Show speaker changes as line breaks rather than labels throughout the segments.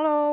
喽，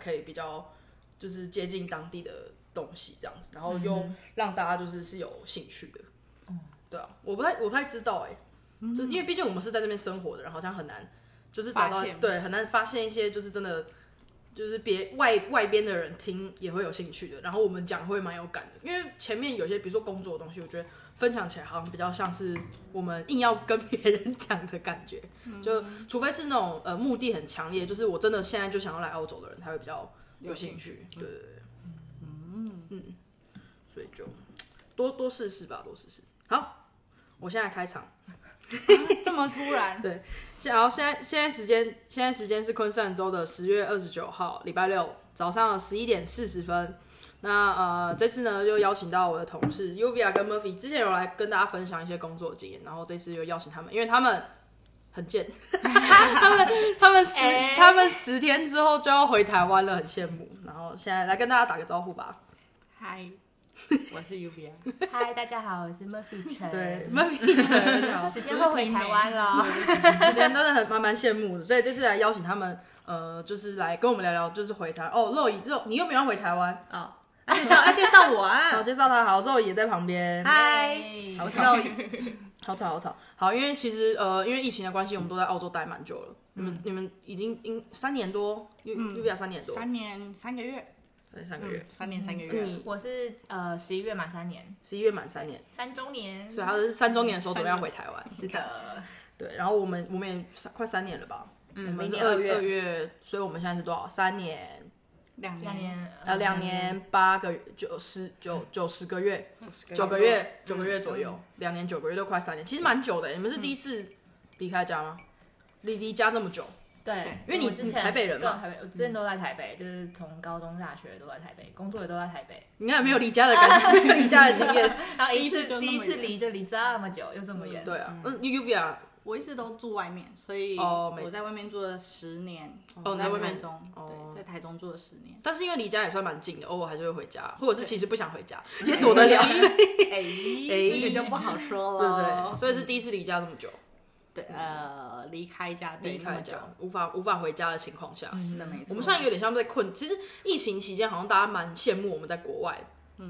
可以比较就是接近当地的东西这样子，
嗯
然后又让大家就是是有兴趣的。
哦
对啊，我不太我不太知道哎、
嗯
就因为毕竟我们是在这边生活的人，好像很难就是找到
发现
对很难发现一些就是真的就是别外外边的人听也会有兴趣的，然后我们讲会蛮有感的，因为前面有些比如说工作的东西，我觉得分享起来好像比较像是我们硬要跟别人讲的感觉，
嗯
就除非是那种呃目的很强烈，就是我真的现在就想要来澳洲的人才会比较有兴趣，对对对，嗯嗯，所以就多多试试吧，多试试。好，我现在开场。
这么突然，
然后现在现在时间现在时间是昆士兰州的十月二十九号礼拜六早上十一点四十分。那呃，这次呢又邀请到我的同事 Uvia 跟 Murphy，之前有来跟大家分享一些工作经验，然后这次又邀请他们，因为他们很贱， 他们他们十、
哎
他们十天之后就要回台湾了，很羡慕。然后现在来跟大家打个招呼吧。
嗨，我是 U B I，
嗨，大家好，我是 Murphy 陈。
对，，Murphy 陈你好
时间会回台湾了。
这边真的很蛮蛮羡慕的，所以这次来邀请他们，呃，就是来跟我们聊聊，就是回台哦，肉姨肉，你又没有要回台湾？
哦，啊介绍啊介绍我
好，
啊，
介绍他好，肉姨也在旁边，
嗨，
好
我是肉
好吵好吵，好，因为其实呃，因为疫情的关系，我们都在澳洲待蛮久了，你们你们已经应三年多，又又比较三年多，
三年三个月，
对三个月
嗯，三年三个
那
月，
你
我是呃十一月满三年，
十一月满三年，
三周年。
所以他是三周年的时候准备要回台湾，
是的，
对，然后我们我们也三快三年了吧，嗯，我们
明年
是二
二月
二月，所以我们现在是多少？三年。
两
两年
呃，两年八个月九十九九十个月，九
九
个月嗯九个月左右，两年九个月都快三年，其实蛮久的。你们是第一次离开家吗？离离家这么久，
对，
因为你
我之
你
前
台北人嘛嗯
对台北，我之前都在台北，就是从高中、大学都在台北，工作也都在台北。
你看有没有离家的感觉， 没有离家的经验。
然后
第
一
一次
次
就那么
第一次
远
离就离这么久，又这么远。
对啊，嗯，Uvia，
我一直都住外面，所以
哦没
我在外面住了十年。
哦你在外面
台中，
哦
对，在台中住了十年。
但是因为离家也算蛮近的，偶尔还是会回家，或者是其实不想回家，也躲得了，对
哎，
哎
这个就不好说
不
了。
对？所以是第一次离家这么久，
对，呃，离开家，对
离开，
那
家
么
无法无法回家的情况下，
嗯
久是的，没错。
我们现在有点像被困。其实疫情期间，好像大家蛮羡慕我们在国外，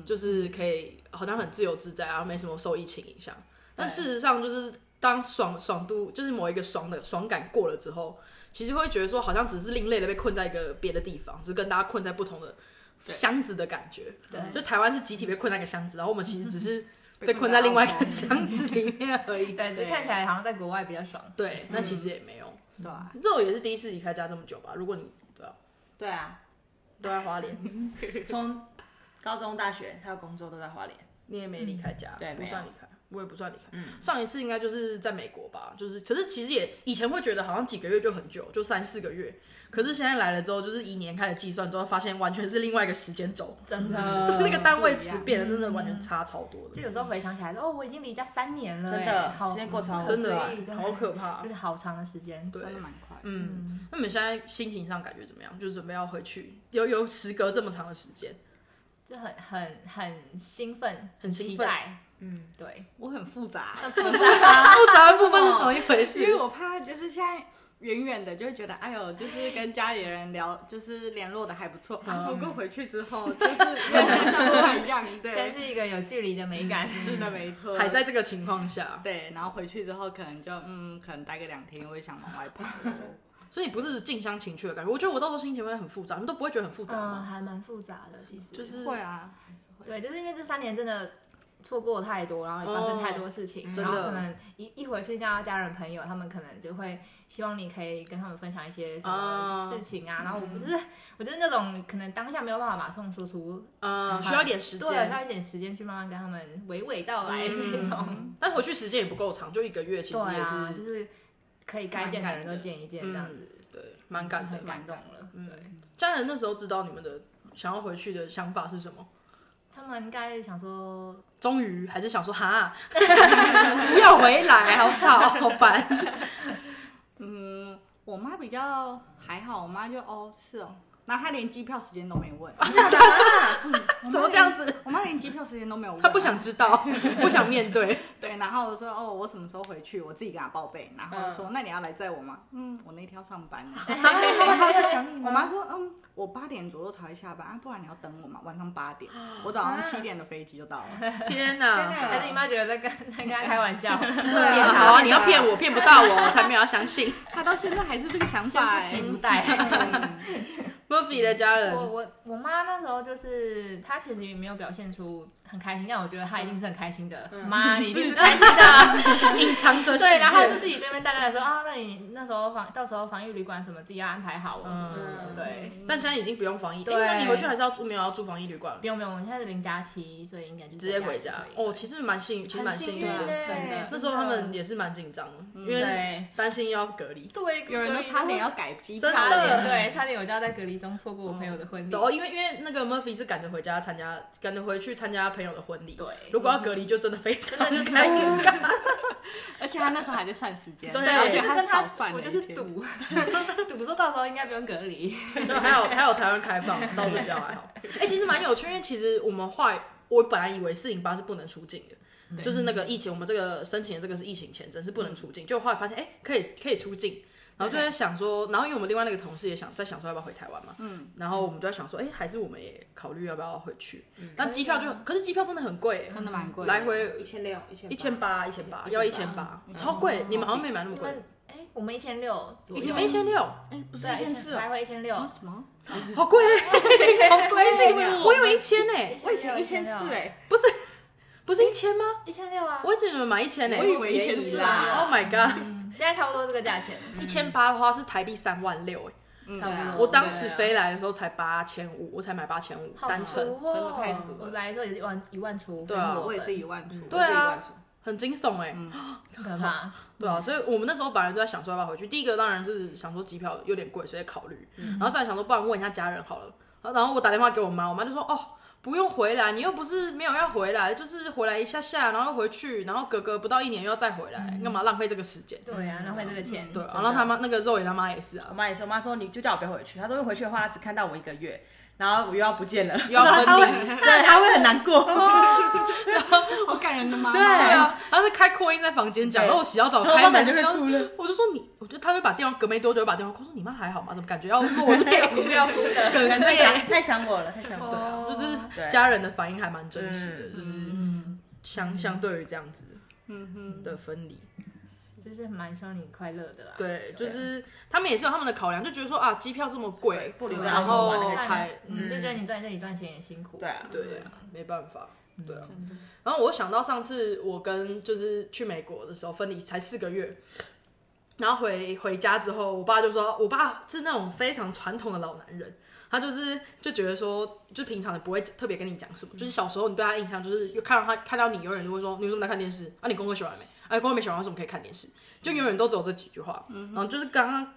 就是可以好像很自由自在啊，没什么受疫情影响。但事实上，就是当爽爽度，就是某一个爽的爽感过了之后，其实会觉得说，好像只是另类的被困在一个别的地方，只是跟大家困在不同的箱子的感觉。
对
就台湾是集体被困在一个箱子，然后我们其实只是被困
困
在
在
另外一
澳
个
洲
箱子里面而已。
对，只是看起来好像在国外比较爽。
对，那其实也没有。
对啊，
肉也是第一次离开家这么久吧？如果你对啊，
对啊，
都在花莲，
从高中、大学还有工作都在花莲，
你也没离开家，
对
不
没有
算离开，我也不算离开。上一次应该就是在美国吧，就是可是其实也以前会觉得好像几个月就很久，就三四个月，可是现在来了之后，就是以年开始计算之后，发现完全是另外一个时间轴，
真的，
就是那个单位词变得真的完全差超多
就
的，
有时候回想起来说，哦，我已经离家三年了，
真的
哎好
时间过超
嗯
快
可
真的
思议对
啊好可怕
就。是好长的时间。
对
真的蛮快的。
嗯，那你们现在心情上感觉怎么样？就是准备要回去，有有时隔这么长的时间，
就很很很兴奋，
很
期
兴奋
待。嗯，对，
我很复杂，
复杂的部分是怎么一回
啊因为
事？
我怕就是现在远远的就会觉得，哎呦，就是跟家里人聊，就是联络的还不错。啊不过回去之后，就是又不太一样，
现在
对，
是一个有距离的
嗯
美感。
是的，没错。
还在这个情况下，
对，然后回去之后可能就嗯，可能待个两天，我也想往外 跑。
所以不是近乡情怯的感觉。我觉得我到时候心情会很复杂，你们都不会觉得很复杂
嗯，
吗？
还蛮复杂的，其实
就是
啊，
对，就是因为这三年真的错过太多，然后也发生太多事情，
哦嗯真
然后
的
可能一一回去见到家人朋友，他们可能就会希望你可以跟他们分享一些什么
啊
事情啊，然后我不是、我就是那种可能当下没有办法马上说出，
呃，需要一点时
对，需
间，
要一点时间去慢慢跟他们娓娓道来
嗯
那种。
但回去时间也不够长，就一个月，其实
对
也
啊，
是
就是可以该见的人都见一见，
蛮
这
感
样
的
子
对，嗯蛮感
就
的
很。感动了。
嗯
对
家人那时候知道你们的想要回去的想法是什么？
他们应该想说，
终于还是想说哈， 不要回来，好吵，好烦。
嗯，我妈比较还好，我妈就哦是哦，然后她连机票时间都没 问，
怎么这样子？
啊我妈连机票时间都没有问，啊
他不想知道， 不想面对。
对，然后我说哦我什么时候回去，我自己给她报备，然后说、那你要来载我吗？嗯，我那天要上班呢。
他还在想你
我妈说嗯我八点左右才会下班啊，不然你要等我嘛，晚上八点，我早上七点的飞机就到了。
天哪！
还是你妈觉得在跟在跟他开 玩笑，
好啊，你要骗我，骗不到我，我才没有要相信。
她到现在还是这个想
先
法、
不
欸
期，不待。
Murphy 的家
我
人，
我我妈那时候就是，她其实也没有表现出很开心，但我觉得她一定是很开心的。
嗯
妈，你一定是开心的。
隐藏着喜
对，然后她
悦
就。自己这边淡淡的说啊，那你那时候防到时候防疫旅馆什么自己要安排好哦，什么什么的。
嗯
对，
但现在已经不用防疫，因
对
为你回去还是要住，没有要住防疫旅馆，
不用不用，我现在是零加七，所以应该就是
直接回家
在。就可以
哦，其实蛮幸，其实蛮幸运
很幸运
的，
欸
真的。这时候他们也是蛮紧张的，因为
嗯对
担心要隔离。
对，
有人都差点要改机票
真
差
的
了。
点对，差点我就要在隔离中错过我朋友的婚礼。
哦，因为因为那个 Murphy 是赶着回家参加，赶着回去参加朋友的婚礼。
对
如果要隔离，就真的非常
真的 就是
哎
尴尬
而且他那时候还在算时间，
对
对，我
而且
就是
他
跟他
少，算
我
了一
就
天，
是赌，赌说到时候应该不用隔离。
对，还有还有台湾开放，倒是比较还好。哎、其实蛮有趣，因为其实我们后来我本来以为四零八是不能出境的，就是那个疫情，我们这个申请的这个是疫情签证是不能出境，就后来发现哎、可以可以出境。然后就在想说，然后因为我们另外那个同事也想在想说要不要回台湾嘛，嗯，然后我们就在想说，哎，还是我们也考虑要不要回去，但机票就，可是机票真的很贵，
真的蛮贵的，
来回
一千六，一千
一千八，一千八，要一千八，超贵，你们好像没买那么
你
贵
们，哎，我们一千六左右，
你们一千六，
哎，不是
对
一千四
来
哦，
回一千六，
什么？
好贵，
好贵，我
我以为一千呢，
我以前一千四哎，
不是一千吗？
一千六啊，
我一直以为你们买一千呢，
我以为一千四
我以为
啊，
Oh my god！
现在差不多这个价钱，
一千八的话是台币三万六哎，
嗯
差
啊
不多。
我当时飞来的时候才八千五，我才买八千五
好
单
俗
程，
哦，
真的太俗了
我来的时候也是一万一万出，
对啊
我也是一万出，
对啊，很惊悚哎，
嗯
很可怕。
对啊，所以我们那时候本来就在想说要不要回去。第一个当然就是想说机票有点贵，所以考虑，
嗯
然后再来想说不然问一下家人好了。然后我打电话给我妈，我妈就说哦。不用回来，你又不是没有要回来，就是回来一下下，然后又回去，然后隔个不到一年又要再回来，
嗯
干嘛浪费这个时间？
对啊，浪费这个钱。
对啊，然后他妈那个肉圆他妈也是啊
我，妈也是，我妈说你就叫我不要回去，她说回去的话，她只看到我一个月，然后我又要不见了，
又要分离
她会 对，她会很难 过。
哦好感人的妈
对
对
妈。哦
啊，他是开扩音在房间讲，
对
然后我洗好澡
然后
开
妈妈
门
就会哭了，
我就说你，我就他就把电话隔没多久就把电话挂，说你妈还好吗？怎么感觉要落泪？
不 要哭 的，
可能太想太想我了，太想我
对
了。
啊，
哦
就是
对
家人的反应还蛮真实的，
嗯
就是相相对于这样子
嗯哼，
的分离，
就是蛮希望你快乐的啦。啊
对，就是他们也是有他们的考量，就觉得说啊，机票这么贵，
不
对
留
啊，
在
然
澳洲玩那
后
个钱。
才
嗯，就觉得你在这里赚钱也辛苦。
对啊
对啊，没办法，对啊。
真的
然后我想到上次我跟就是去美国的时候分离才四个月，然后回回家之后，我爸就说，我爸是那种非常传统的老男人，他就是就觉得说，就平常也不会特别跟你讲什么，就是小时候你对他的印象就是，又看到他看到你，永远都会说，你为什么在看电视？啊，你功课写完没？啊，你功课没写完，为什么可以看电视？就永远都只有这几句话，然后就是刚刚。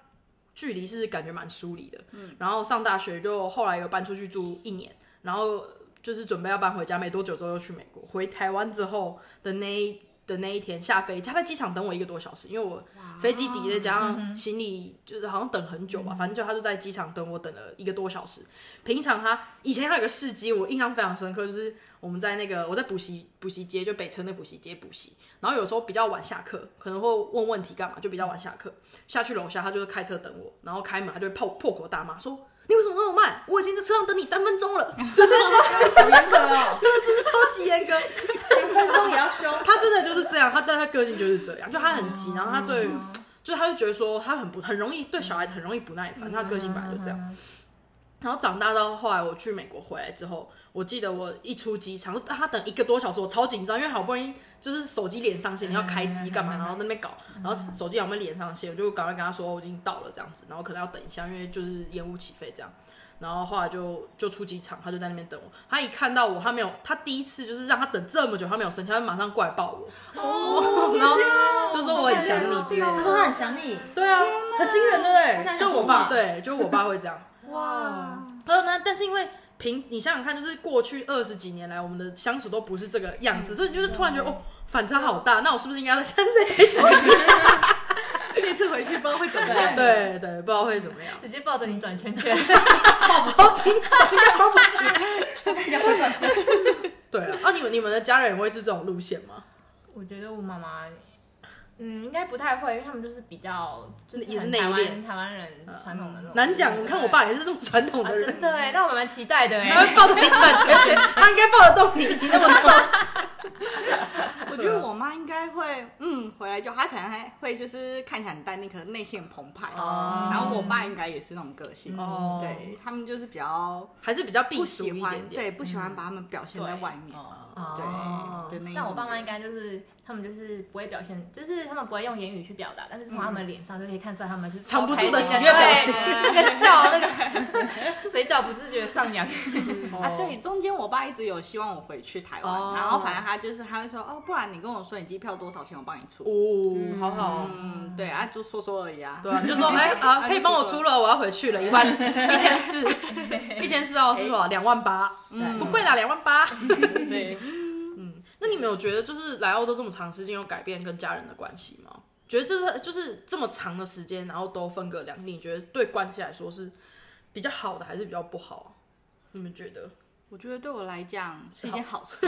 距离是感觉蛮疏离的，然后上大学就后来有搬出去住一年，然后就是准备要搬回家，没多久之后又去美国。回台湾之后的那一的那一天下飞机，他在机场等我一个多小时，因为我飞机抵再加上行李，就是好像等很久吧，反正就他就在机场等我，等了一个多小时。平常他以前还有一个事迹，我印象非常深刻，就是我们在那个我在补习补习街，就北车那补习街补习，然后有时候比较晚下课，可能会问问题干嘛，就比较晚下课，下去楼下他就是开车等我，然后开门他就会破破口大骂说。你为什么那么慢？我已经在车上等你三分钟了。
好严格 哦，
真的真是超级严格。
三分钟也要修。
他真的就是这样，他但他个性就是这样，就他很急，然后他对，就是他就觉得说他很不很容易对小孩子很容易不耐烦，他的个性本来就这样。然后长大到后来，我去美国回来之后，我记得我一出机场，他等一个多小时，我超紧张，因为好不容易就是手机连上线，你要开机干嘛，然后在那边搞，然后手机有没有连上线，我就赶快跟他说我已经到了这样子，然后可能要等一下，因为就是延误起飞这样。然后后来就就出机场，他就在那边等我。他一看到我，他没有，他第一次就是让他等这么久，他没有生气，他马上过来抱我，哦， 然后就说我很想你之类
他
的。
说他很想你，
对啊，很惊人，对不
像
对？
一
就
个
我
爸
爸，
爸
对，就我爸会这样。
哇，
呃，那但是因为平，你想想看，就是过去二十几年来，我们的相处都不是这个样子，所以你就是突然觉得哦，反差好大。那我是不是应该在三十岁就？
这次回去不知道会怎么样。
对
对对，不知道会怎么样，
直接抱着你转圈 圈，
好紧张，抱不起。
两个人
对啊，啊，你们你们的家人也会是这种路线吗？
我觉得我妈妈，嗯，应该不太会，因为他们就是比较就是
也是
很
内
台
敛嗯
湾台湾人传统的那种，
难讲，你看我爸也是这种传统
啊，
的人
真，的哎，让我蛮期待的
他
哎。
会抱着你转圈圈，他应该抱得动你，你 那么瘦。
我觉得我妈应该会，嗯，回来就她可能还会就是看起来很淡定，可是内心很澎湃。
哦
然后我爸应该也是那种个性，
哦
对他们就是比较
还是比较避
不
俗
喜
一
欢，
点嗯点。
对不喜欢把他们表现在外面，
哦
对的那一种
但我爸妈应该就是他们就是不会表现，就是他们不会用言语去表达，但是从他们脸上就可以看出来他们是
嗯藏不住的喜
喜
悦表情
那个笑，那个 嘴角不自觉上 扬。
啊，对，中间我爸一直有希望我回去台湾，
哦
然后反正他就是他会说，哦，不然你跟我说你机票多少钱，我帮你出。
哦，好好哦。
嗯，对啊，就说说而已啊。
对啊，你就说 哎、啊，可以帮我出了，我要回去了，一万四，一千四，一千四哦，是
哎
吧？两万八，
嗯
不贵啦，两万八。
对，
那你们有觉得就是来澳洲这么长时间有改变跟家人的关系吗？觉得这是就是这么长的时间，然后都分隔两地，你觉得对关系来说是比较好的还是比较不好啊？你们觉得？
我觉得对我来讲是一件 好事，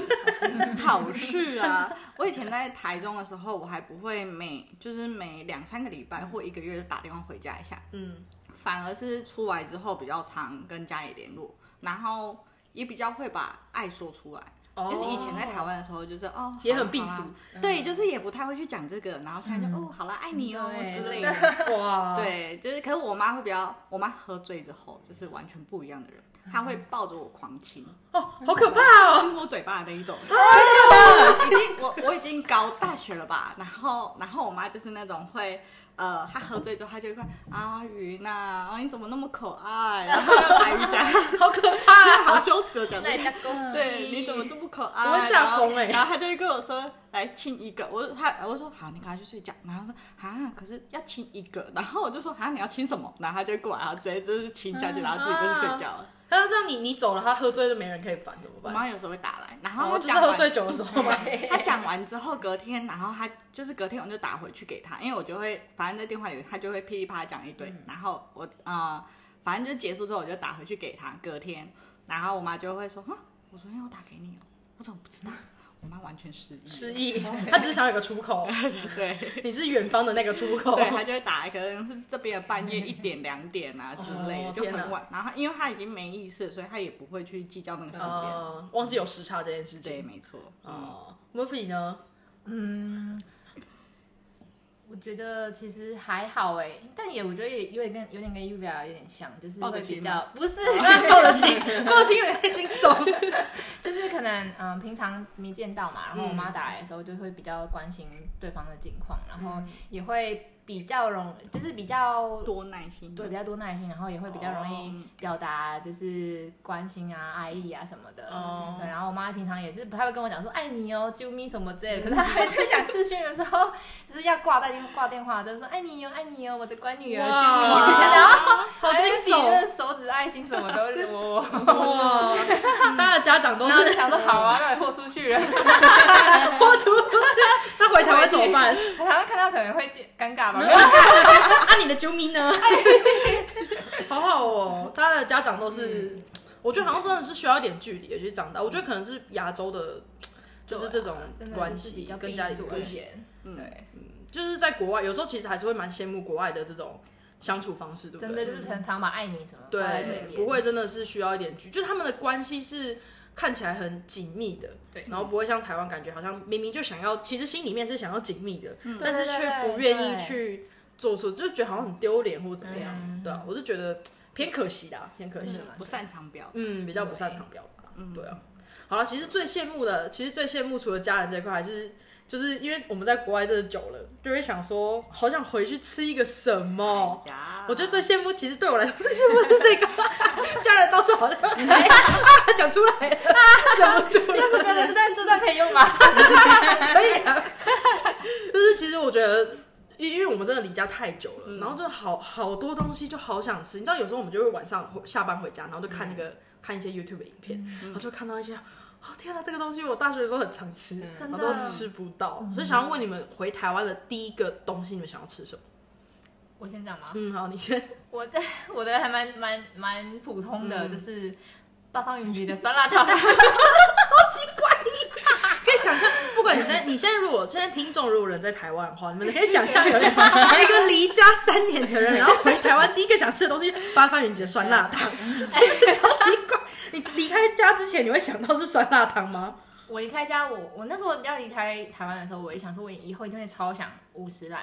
好事啊！我以前在台中的时候，我还不会每就是每两三个礼拜或一个月就打电话回家一下，
嗯，
反而是出来之后比较常跟家里联络，然后也比较会把爱说出来。
哦
就是以前在台湾的时候，就是哦，
也
好啦
很避俗
好啦嗯对，就是也不太会去讲这个，然后现在就、哦，好啦，爱你哦
对
之类
对
的。
哇，，
对，就是，可是我妈会比较，我妈喝醉之后就是完全不一样的人，她会抱着我狂亲，
哦，好可怕哦，
亲我嘴巴的那一 种。我我已经高大学了吧，然后然后我妈就是那种会。呃，她喝醉之后，她就会说：“阿鱼呐、啊，你怎么那么可爱？”然后白鱼讲，
好可怕、啊，
好羞耻的哦讲这
那
句
家公
对，你怎么这么可爱？
我会吓疯欸
然后然后他就会跟我说，来亲一个。我他我说好，你赶快去睡觉。然后他说啊，可是要亲一个。然后我就说啊，你要亲什么？然后他就过来，然后直接就是亲下去，然后自己就去睡觉了。
那这样你你走了，他喝醉就没人可以烦，怎么
我
办？
妈有时候会打来，然后
哦，
她
就是
讲完
喝醉酒的时候 嘛。
他讲完之后，隔天，然后他就是隔天我就打回去给他，因为我就会，反正在电话里他就会噼里啪啦讲一堆，
嗯
然后我呃，反正就结束之后我就打回去给他，隔天，然后我妈就会说，哼，我昨天有打给你哦，我怎么不知道？我妈完全失忆，
失 忆，他只是想有个出口，
对。
你是远方的那个出口。
对，他就会打，可能是这边的半夜一点、两点啊之类的，
哦
就
天哪
很晚。然后，因为他已经没意识了，所以他也不会去计较那个时间。
呃，忘记有时差这件事
对，
情。
没错。嗯，
哦，Murphy 呢？
嗯，我觉得其实还好哎，但也我觉得也有点跟有点跟 Uvia 有点像，就是
抱
会
得起
比
吗
较不是，
够 了亲，够了亲，有点太惊悚。
就是可能嗯平常没见到嘛，然后我
嗯
妈打来的时候就会比较关心对方的近况，然后
嗯
也会比较容就是比较
多耐心。啊
对，比较多耐心，然后也会比较容
哦嗯
易表达就是关心啊、爱意啊什么的。
哦
对，然后我妈平常也是不太会跟我讲说爱你哦、啾咪什么之
嗯
类的，可是她还是讲视讯的时候，就是要挂在挂电话，就是说爱你哦、爱你哦、我的乖女儿啾咪， 然后
好惊哦
那
悚
手指爱心什么都是我，
哇！大家的家长都
然后
是
就想 说好啊，那也豁出去了。
豁出去，那回台湾怎么 办？
台湾看到可能会尴尬吧，
啊，你的啾咪 呢？好好哦，大家的家长都
嗯
是，我觉得好像真的是需要一点距离，尤其是长大，我觉得可能是亚洲的，就是这种
啊真的
关
是比
系
较
跟
避
家里嗯的
俗
关
一
系。
点，对。
就是在国外，有时候其实还是会蛮羡慕国外的这种相处方式，对不
真
对？
的就是很常把爱你什么放在嘴
对，
边
不会真的是需要一点距，就是他们的关系是看起来很紧密的，
对
然后不会像台湾感觉好像明明就想要，其实心里面是想要紧密的，但是
嗯对
却
对对
不愿意
对嗯
去做出，就觉得好像很丢脸或怎么样，对啊，我是觉得偏可惜啦，偏可惜
真的，
不擅长表达。
嗯，比较不擅长表达，对啊。好了，其实最羡慕的，其实最羡慕除了家人这一块，还是就是因为我们在国外真的久了，就会想说，好想回去吃一个什么。
哎
我觉得最羡慕，其实对我来说最羡慕的是这个。家人倒是好像啊讲出来了，讲不 出来。
要是觉得这段这段可 以用吗？
可以啊。就是其实我觉得，因因为我们真的离家太久了，然后就好好多东西就好想吃。你知道，有时候我们就会晚上回下班回家，然后就看那个、看一些 YouTube 影片，然后就看到一些。哦天啊，这个东西我大学的时候很常吃，然
真
后
的
都吃不到，所以想要问你们回台湾的第一个东西，你们想要吃什么？
我先讲吗？
嗯，好，你先。
我在我的还蛮蛮蛮普通
嗯
的，就是八方云集的 酸辣汤。
可以想象，不管你现在，你现在如果现在听众如果人在台湾的话，你们可以想象有一个一个离家三年的人，然后回台湾第一个想吃的东西，八方云集的酸辣汤，哎超奇怪。你离开家之前，你会想到是酸辣汤吗？
我离开家，我我那时候要离开台湾的时候，我也想说，我以后一定会超想五十兰。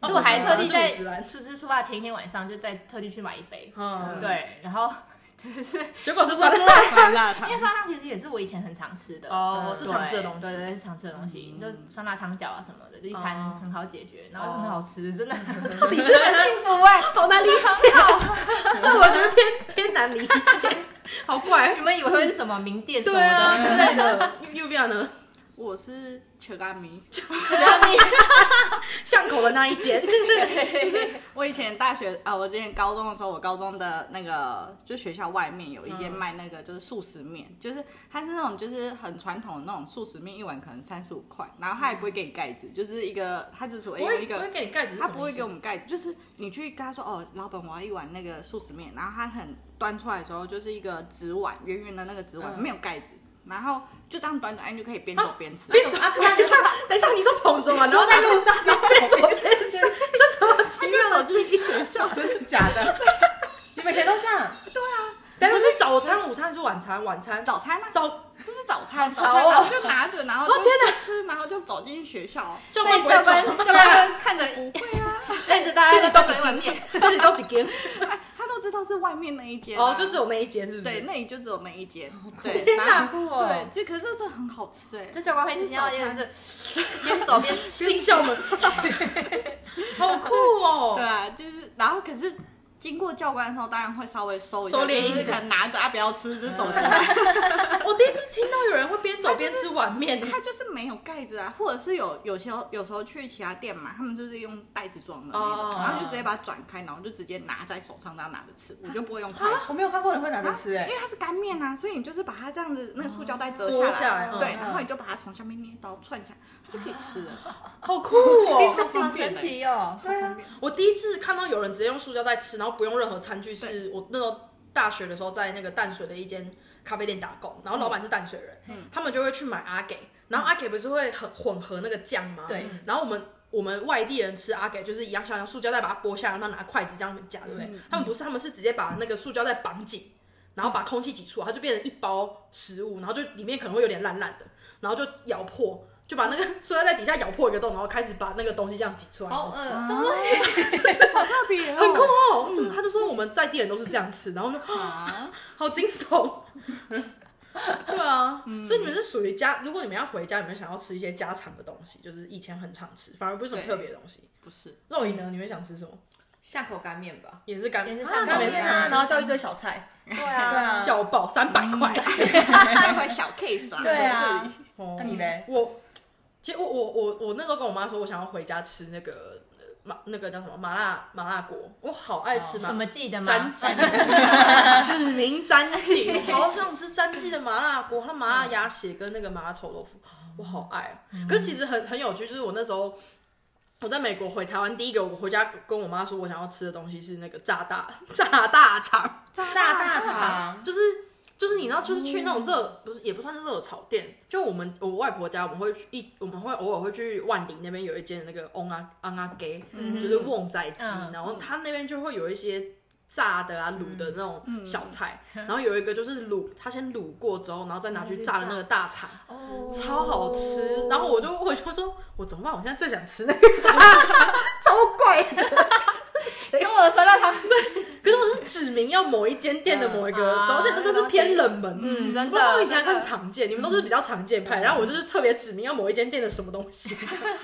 哦
就我还特地在
五十兰
出出发前一天晚上就在特地去买一杯，
嗯，
对，然后
结果是酸辣汤。
酸辣
因
汤
为，酸辣汤其实也是我以前很常吃的
哦
嗯
是常吃的
对
东西嗯
对对，是常吃的东西，就是酸辣汤饺啊什么的，就一餐
哦
很好解决，然
哦
后很好吃， 真的很
到底是哪
幸福 哎，
好难理解，这我觉得偏偏难理解，好怪
你。们以为会是什么名店什么
对啊，
的？
之类的。右边呢，
我是秋干米。
巷口的那一间，
我以前大学啊、呃我之前高中的时候，我高中的那个就学校外面有一
嗯
间卖那个就是素食面，就是它是那种就是很传统的那种素食面，一碗可能三十五块，然后它也不会给你盖
嗯
子，就是一个它只是我用一个。
给你盖子
他不会给我们盖子，就是你去跟他说哦，老板我要一碗那个素食面，然后他很端出来的时候就是一个纸碗，圆圆的那个纸碗、
嗯
没有盖子，然后就这样端着，哎，你就可以边走边吃。
边走啊，不 是啊，等一下，等一下，你说捧着嘛，然后在路上，然后再走边吃，这什么奇妙的记忆？
真的假 的？你们以前都这样？
但是是早餐、午餐还是晚餐？晚餐
早餐呢、啊
早，
这是早餐，
早
早餐，
哦
然后就拿着，然后就
哦天
就吃，然后就走进学校。
教
所
官
以
不
教
会
官
走吗，
教官看着，带着大
自己
家
都
端着一碗面，
自己都几 间，
哎他都知道是外面那一间啊、
哦，就只有那一间，是不是？
对，那里就只有那一间。对
天
好
哪，
酷哦！
对，就可是这这很好吃哎、
这教官会听到就是 边走边
进校门， 好酷
对
哦！
啊，就是然后可是经过教官的时候，当然会稍微收
收敛一
一点，就是
点嗯
可能拿着啊不要吃，就走进 来。
我第一次听到有人会边走边吃碗面，
它就是没有盖子啊，或者是有有些有时候去其他店买，他们就是用袋子装的那种
哦
然后就直接把它转开，然后就直接拿在手上这样拿着吃，我就不会用筷子。
我没有看过人会拿着吃哎
啊因。为它是干面啊，所以你就是把它这样子那个塑胶袋折
剥下
下
来
来，
嗯
对，
嗯
然后你就把它从下面捏刀串起来， 它就可以吃了。
好酷 哦！
好神奇哦！
对啊，
我第一次看到有人直接用塑胶袋吃，然后不用任何餐具，是我那时候大学的时候在那个淡水的一间咖啡店打工，然后老板是淡水人，他们就会去买阿给，然后阿给不是会很混合那个酱吗？
对，
然后我们。我们外地人吃阿给就是一样，像像塑胶袋把它剥下来，然后拿筷子这样夹，对不对？他们不是，他们是直接把那个塑胶袋绑紧，然后把空气挤出来，它就变成一包食物，然后就里面可能会有点烂烂的，然后就咬破，就把那个塑胶袋底下咬破一个洞，然后开始把那个东西这样挤出来，然后吃。
饿，
好特别哦，
很酷哦，就是他就说我们在地人都是这样吃，然后就
嗯
啊！
好惊悚。对啊，所以你们是属于家，如果你们要回家，你们想要吃一些家常的东西，就是以前很常吃，反而不是什么
对
特别的东西。
不是，
肉莹呢，你们想吃什么？
巷口干面吧。
也是干，
也是
巷
像
口
干
干面
面
啊，
啊，
然后叫一堆小菜。
对
对
啊，
啊，
叫爆三百块。
这块小 case 啦。
嗯对
在这
啊
里，，
哦
那你嘞
我其实我我我我那时候跟我妈说，我想要回家吃那个呃麻那个叫什么麻辣麻辣锅，我好爱吃麻
什么记得
詹
吗？
记，指名詹记，我 好想吃詹记的麻辣锅，它麻辣鸭血跟那个麻辣臭豆腐，我好爱、啊。可是其实很很有趣，就是我那时候我在美国回台湾，第一个我回家跟我妈说我想要吃的东西是那个炸大 炸大肠，
炸大肠，
就是。就是你知道，就是去那种热，不是也不算是热炒店，就我们我外婆家，我们会去一，我们会偶尔会去万里那边有一间那个 on 啊 on 啊 gay，就是旺仔鸡，
嗯
然后它那边就会有一些炸的啊卤的那种小菜，然后有一个就是卤，它先卤过之后，然后再拿去炸的那个大肠，
哦
超好吃。然后 我就我就说，我怎么办？我现在最想吃那个大肠，超怪的。
跟我酸辣汤，
可是我是指明要某一间店的某一个，
嗯
而且那都是偏冷门，
嗯，真
不过我
的，
以前还算
真的
常见，你们都是比较常见派，然后我就是特别指明要某一间店的什么东西， 这样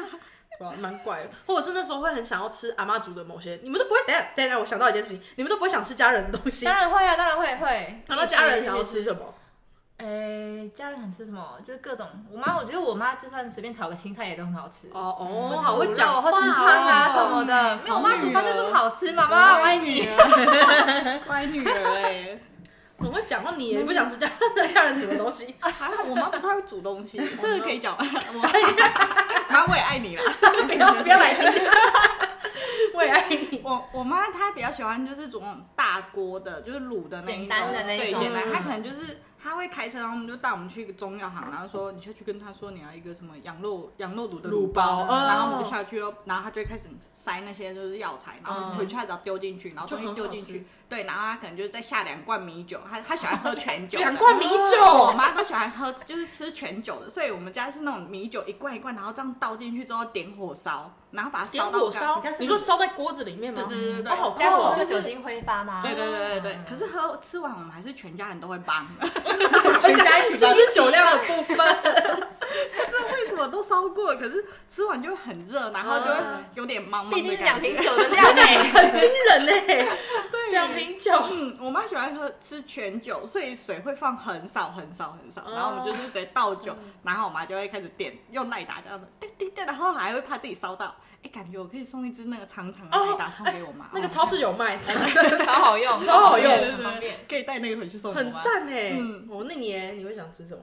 对吧？蛮怪的。或者是那时候会很想要吃阿妈煮的某些，你们都不会。等一下，等一下，我想到一件事情，你们都不会想吃家人的东 西。
当然会啊，当然会会。
然后家人想要吃什么？
诶，家人想吃什么？就是各种。我妈，我觉得我妈就算随便炒个青菜也都很好吃。
哦哦，
或
好会
者
讲
或
话
者是汤啊
哦
什么的，没有，我妈煮饭就是好吃，妈妈我爱你。，
乖女儿
欸
哎，
很会讲话。你也不想吃家人家人煮的东西，
还好我妈不太会煮东西，这个可以讲吗？我 妈我也爱你啦。
不要不要来这个。我也爱 你。
我我妈她比较喜欢就是煮那种大锅的，就是卤的那一
简
种
单的那一
对，
种
简单。
嗯
她可能就是她会开车，然后我们就带我们去一个中药行，然后说你就去跟她说你要一个什么羊肉羊肉卤的
卤包哦
然后我们就下去哦，然后她就会开始塞那些就是药材，然
嗯
后回去她只要丢进去，然后东西丢进
就很好
去，对，然后她可能就再下两罐米酒，她她喜欢喝全酒的，
哦两罐米酒
哦我妈都喜欢喝就是吃全酒的，所以我们家是那种米酒一罐一罐，然后这样倒进去之后点火烧，然后把它
点
烧到
火
干嗯
烧
你家，是
你说烧在锅子里面吗？
对对对对
哦，好
加
酷
我
哦
就酒精挥发吗？
对对
哦
对对对，可是喝吃完我们还是全家人都会 帮，
全家一起
是不是酒量的部分？
这为什么都烧过？可是吃完就很热，然后就会有点茫茫的感觉
毕竟是两瓶酒的量哎。
很惊人
欸
呢，
对
两。瓶酒。
嗯，我妈喜欢喝吃全酒，所以水会放很少很少很少，
哦
然后我们就是直接倒酒，然后我妈就会开始点用赖打这样的滴滴滴，然后还会怕自己烧到。哎，感觉我可以送一支那个长长的赖打送给我妈，
那
哦
个超市有卖，真的
超好用，
超好用
对对
很
对
方便。
可以带那个回去送我
很
妈。
赞哎。
嗯
哦，那你欸你会想吃什么？